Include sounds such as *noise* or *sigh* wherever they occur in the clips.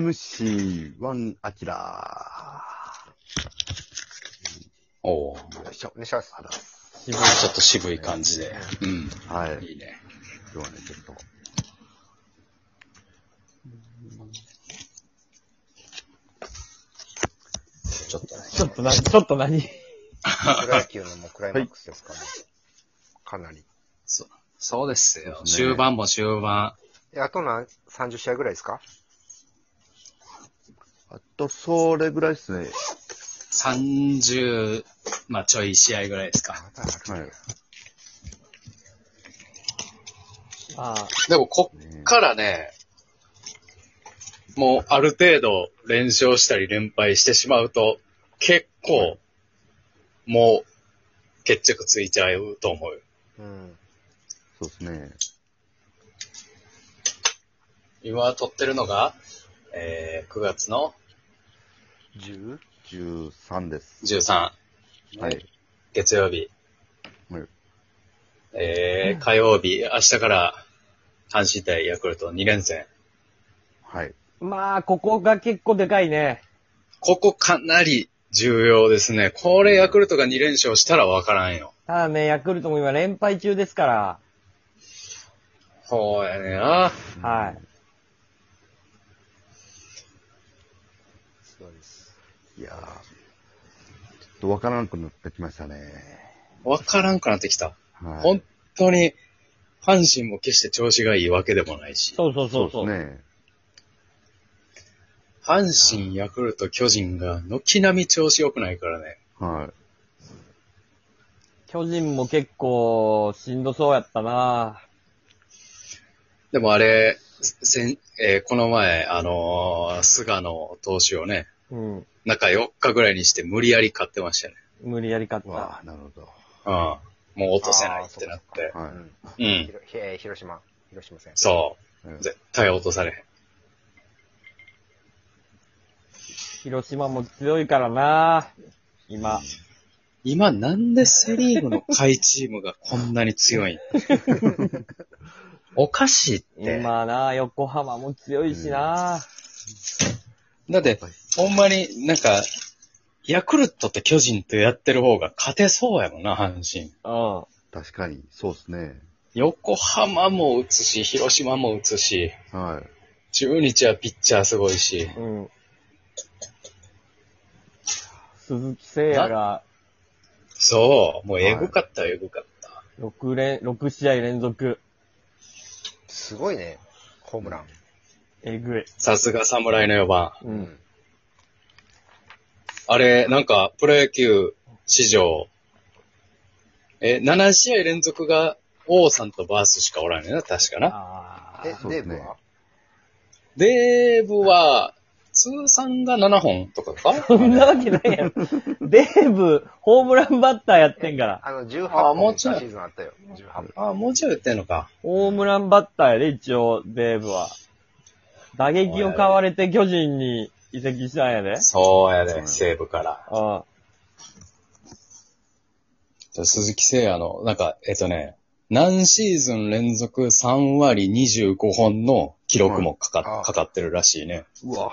4MC1 アキラおお、よいしょ。お願いします。渋いちょっと渋い感じで。うん。はい。いいね。今日はね、ちょっと。ちょっとね。ちょっとな、ちょっと何プロ野球のもうクライマックスですかね。かなり。そうそうですよ。そうですね終盤も終盤。え、あとな、30試合ぐらいですかあと、それぐらいですね。 30、まあちょい試合ぐらいですか。はい。ああ、でもこっからね、もうある程度連勝したり連敗してしまうと、結構、もう決着ついちゃうと思うよ。うん。そうですね。今撮ってるのが、えー、9月の 10? 13です。 13、はい。月曜日。はいえー、火曜日、明日から、阪神対ヤクルト2連戦。はい。まあ、ここが結構でかいね。ここかなり重要ですね。これヤクルトが2連勝したらわからんよ。ただね、ヤクルトも今連敗中ですから。そうやねんな。はそうです。いやー、ちょっとわからなくなってきましたね。わからんくなってきた。はい。本当に、阪神も決して調子がいいわけでもないい。し。そうそうそうそそうう、ですね。阪神、ヤクルト、巨人が軒並み調子良くないからね。は巨人も結構しんどそうやったな。でもあれ、せんえーこの前、あのー菅野投手をね、うん。中4日ぐらいにして無理やり勝ってましたね。無理やりい。勝っわた。あ、なるほど。うん。もう落とせないってなって。はうい。うん。ひん。ろひえー広島。広島戦。そえう。絶対落とされへん。広島も強いからな。今。今なんでセリーグの下位チームがこんなに強 *laughs* いんおかしいって。今な、横浜も強いしな。だって、ほんまになんか、ヤクルトと巨人とやってる方が勝てそうやもんな、阪神。うん。確かに、そうですね。横浜も打つし、広島も打つし、は中日はピッチャーすごいし。うん。鈴木誠也がそう、もうエグかったよ、エグかった。 6連、6試合連続。すごいね。ホームラン。えぐい。さすが侍の4番。う。。うんあれ、なんか、プロ野球史上、え、7試合連続が、王さんとバースしかおらんねんな、確かな。ああ。え、そうでデすーねブはデーブは、通算が7本とかかそんなわけないやろ。デーブ、ホームランバッターやってんから。あの、18あも本うちょい今シーズンあったよ。18本。 *laughs* あ、もうちょい打ってんのか。ホームランバッターやで、一応、デーブは。打撃を買われて巨人に移籍したんやで。そうやうで、ん西武から。あ鈴木誠也の、なんか、えっとね、何シーズン連続3割25本の記録もかか,、はいあかかってるらしいね。い。うわ。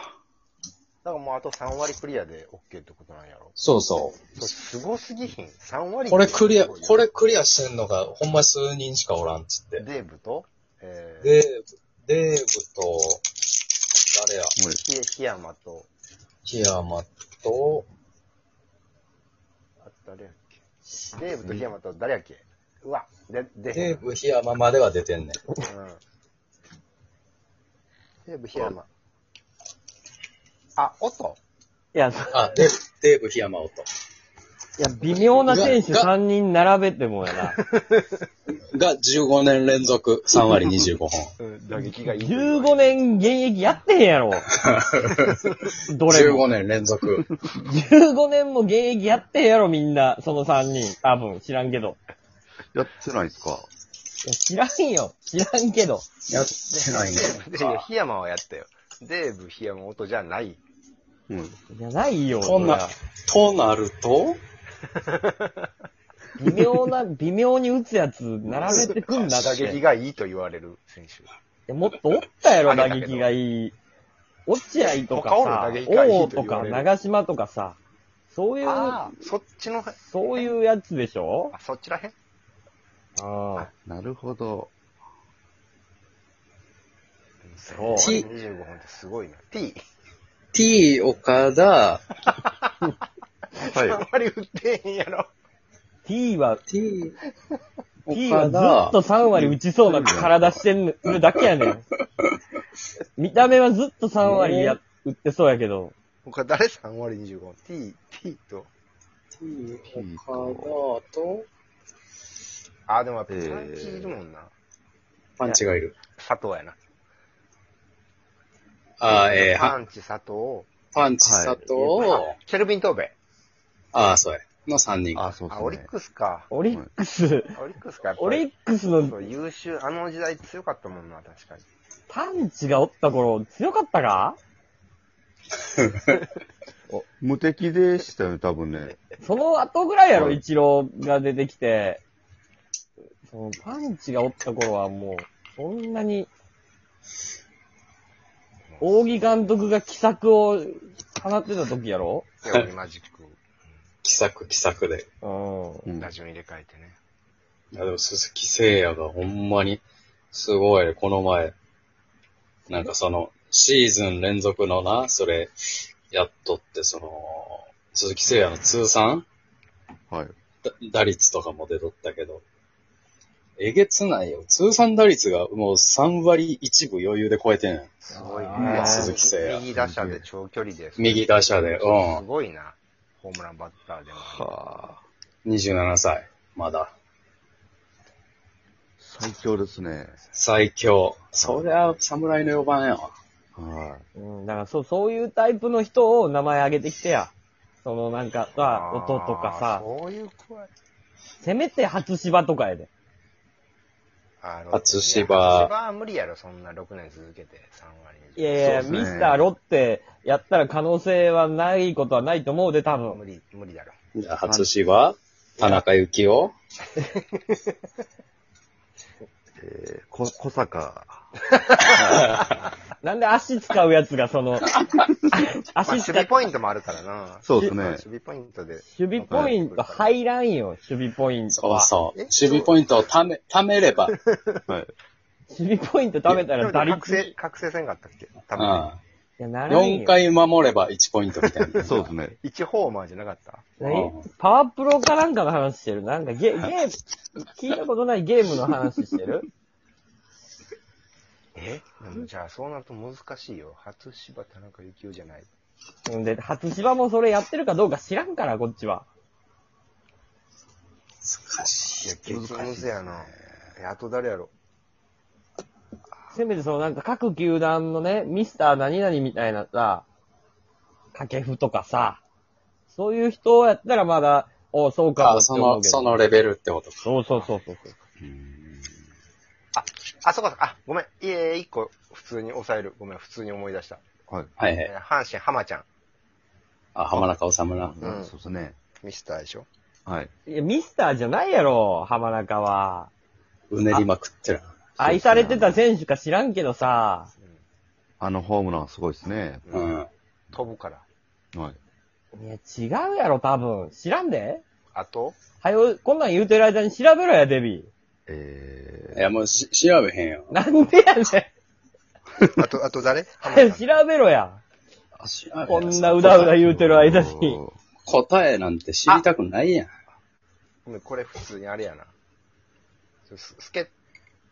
だからもうあと3割クリアで OK ってことなんやろ。そうそう。それすごすぎひん。3割これクリア、すごいよこれクリアしてんのが、ほんま数人しかおらんっつって。デーブと、えー、デーブ、デーブと、誰や、もうひ檜山と、檜山と、あと誰やっけ。デーブと檜山と誰やっけ。うわ、で、で、デーブ、檜山までは出てんねん。うんデーブ、檜山。あ、おっといや、いあ、デーブ、デーブ、檜山音。や、微妙な選手が3人並べてもやな。が15年連続3割25本。 *laughs* 打撃がいい。 15。年現役やってへんやろ。どれも。 15年連続。 15年も現役やってへんやろ、みんな。その3人。多分、知らんけど。やってないですかいや知らんよ。知らんけど。やってないね。で、檜山はやったよ。デーブ、檜山、音じゃない。うん。じゃないよ。とな、となると、微妙な、微妙に打つやつ並べてくんなっ打て。撃がいいと言われる選手。いやもっとおったやろ、あれ打だけど撃がいい落合とか他おるさ打、撃がいいと言われる王とか長島とかさ、そういう、ああ、そっちの、そういうやつでしょあそっちらへんあなるほど。そう25本ってすごいな。T。 T、岡田、はい。あんまり打ってへんやろ。 T は、 T、 T はずっと3割打ちそうな体してんるだけやねん。見た目はずっと3割や、打ってそうやけど。他誰3割25本 ?T、T と。 T、 T 岡田と、ああ、でもやっぱ3期いるもんな。パンチがいる。佐藤やな。あー、えー、パはンチ佐藤。パンチ、佐藤、チェルビン・トーベ。ああ、そうや。の3人。あ、そうであ、すオリッね。クスか。オリックス、オリックスか、やっぱり。オリックスそのう優秀。あの時代強かったもんな、確かに。パンチがおった頃強かったかあ無敵でしたよね、多分ね。その後ぐらいやろ、はいイチローが出てきて、そのパンチがおった頃はもう、そんなに、扇監督が奇策を放ってた時やろセオリーマジック、気さく、気さくで。うん。うん打順入れ替えてね。いや、でも鈴木誠也がほんまに、すごい、この前。なんかその、シーズン連続のな、それ、やっとって、その、鈴木誠也の通算はい。だ打率とかも出とったけど、えげつないよ。通算打率がもう3割1分余裕で超えてんやん。すごいあねー。鈴木誠也右打者で長距離で。右打者で、すうごいな。ホームランバッターでも。はあ。ん。27歳。まだ。最強ですね。最強。そりゃ、侍の4番やわ。はうん、だからそう、そういうタイプの人を名前挙げてきてや。そのなんかさ、ー音とかさ、そういう声。せめて初芝とかやで。あー初芝ロッテね初芝は無理やろ、そんな6年続けて、3割に。いやいや、そうミですねスターロッテやったら可能性はないことはないと思うで、多分無。理、無理だろ。じゃあ、初芝、田中幸雄い。えー、こ、小坂。なんで足使うやつがそ *laughs* の、まあ、足守使備う。ポイントもあるからな。そうですまあね守。備ポイントで。守備ポイント入らんよ、守備ポイントそうは。そう。え守備ポイントをため、ためれば。はい。守備ポイント貯めたら打覚率。い醒、覚醒戦があったっけう多ん分。。や、ならんよ4。回守れば1ポイントみたいな。そうですね。 1ホーマーじゃなかった何パワープロかなんかの話してるなんかゲゲーム、聞いたことないゲームの話してる *laughs* えでもじゃあ、そうなると難しいよ。初芝田中幸雄じゃない。うんで、初芝もそれやってるかどうか知らんから、こっちは。難しいや、激ムズやな。え、あと誰やろせめてそのなんか各球団のね、ミスター何々みたいなさ、掛布とかさ、そういう人やったらまだ、おそうい。かもあ、ってそ思うの、けど。そのレベルってことか。そうそうそうそう。あ、そうか、あ、ごめん。いえ、1個、普通に抑える。ごめん、普通に思い出した。はい。はいはえい。ー阪神、浜ちゃん。あ、浜中治な。うんそうですね。ミスターでしょはい。いや、ミスターじゃないやろ、浜中は。うねりまくってる。愛されてた選手か知らんけどさ、あのホームランすごいですね。ううんん。飛ぶから。はい。いや、違うやろ、多分。知らんであ *laughs* と、はよ、こんなん言うてる間に調べろや、デビえいや、もうし、調べへんよ。ー。なんでやねん。あと、あと *laughs* 誰はよ、調べろや。あ調べへこんなうだうだ言うてる間に。答えなんて知りたくないやん。ごめん、これ普通にあれやな。ススケッ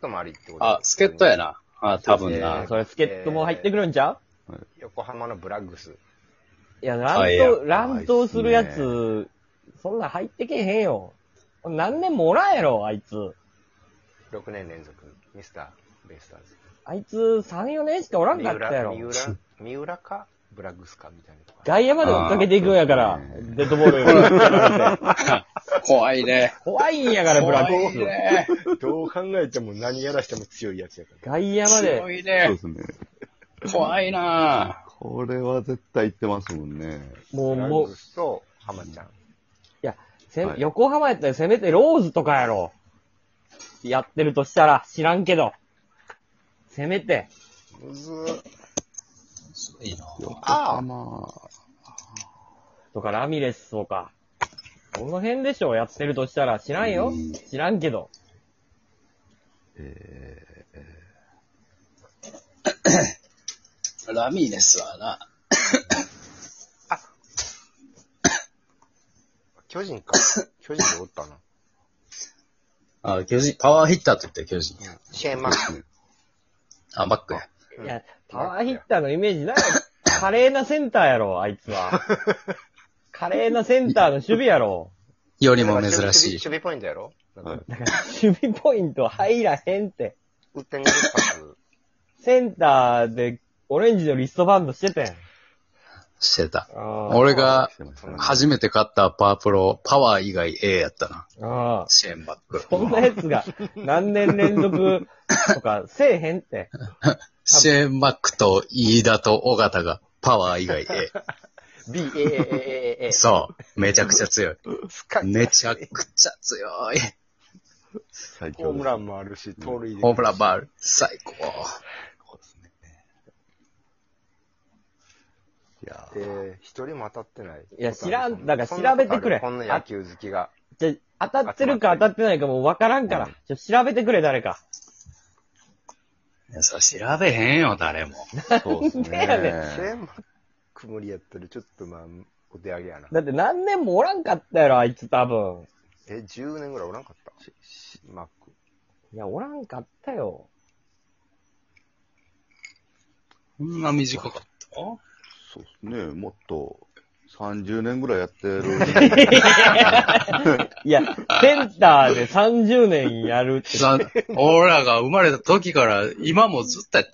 トもありってことあ、助っ人やな。な。あ、多分そうなで。それ、助っ人も入ってくるんちゃう横浜のブラッグス。いや、あいや乱闘、乱闘するやつ、そんなん入ってけへんよ。何年もおらんやろ、あいつ。 6年連続、ミスター、ベイスターズ。あいつ、3、4年しかおらん三かったや浦、ろ三。浦、三浦か、ブラッグスかみたいなとこ。外野まで追っかけていくんやからあー、デッドボールより。怖いね。怖いんやから、ブラ怖ックいス。ね。どう考えても何やらしても強いやつやか外野ま強で、いそうねで。すね。怖いなこれは絶対行ってますもんね。もう、ブラもッうグ、スと浜ちゃん。せはい横浜やったらせめてローズとかやろ。やってるとしたら、知らんけど。せめて。むずーすごいな。横浜。とか、ラミレスとか。この辺でしょ、やってるとしたら。知らんうよん。知らんけど。えラミレスはな、巨人か。巨人でおったな。あ、巨人、パワーヒッターと言ったよ巨人。シェーンマック。あ、バックや。うんいや、パワーヒッターのイメージないよ。華麗なセンターやろ、あいつは。華麗なセンターの守備やろ。よりも珍し守い。備ポイントやろはいだから、守備ポイント入らへんって。打って20発。センターで、オレンジのリストバンドしててん。してた。あ俺がー、来てましたね初めて買ったパワープロ、パワー以外 A やったな。あ。シェーンバック。そんなやつが何年連続とかせえへんって。シェーンバックと飯田と尾形がパワー以外 A。 B、A、A、A、A、A。そう。めちゃくちゃ強い。使いめちゃくちゃ強い。最強ですホームランもあるし、盗塁で。ホームランバール、最高。いやーえー、一人も当たってない。いや知らんそだからそなことあ調べてるくれこんな野球好きが。じゃ、当たってるか当たってないかもうわからんから。ちょ、調べてくれ、誰か。いや、それ調べへんよ、誰も。そうですね。なんでやシェーンマック無理やったら、ちょっとまあ、お手上げやな。だって何年もおらんかったやろ、あいつ多分。え、10年ぐらいおらんかったししマック。いや、おらんかったよ。こんな短かったそうですね。もっと30年ぐらいやってる。 *laughs* いや、センターで30年やるって。さ俺らが生まれた時から、今もずっとやってん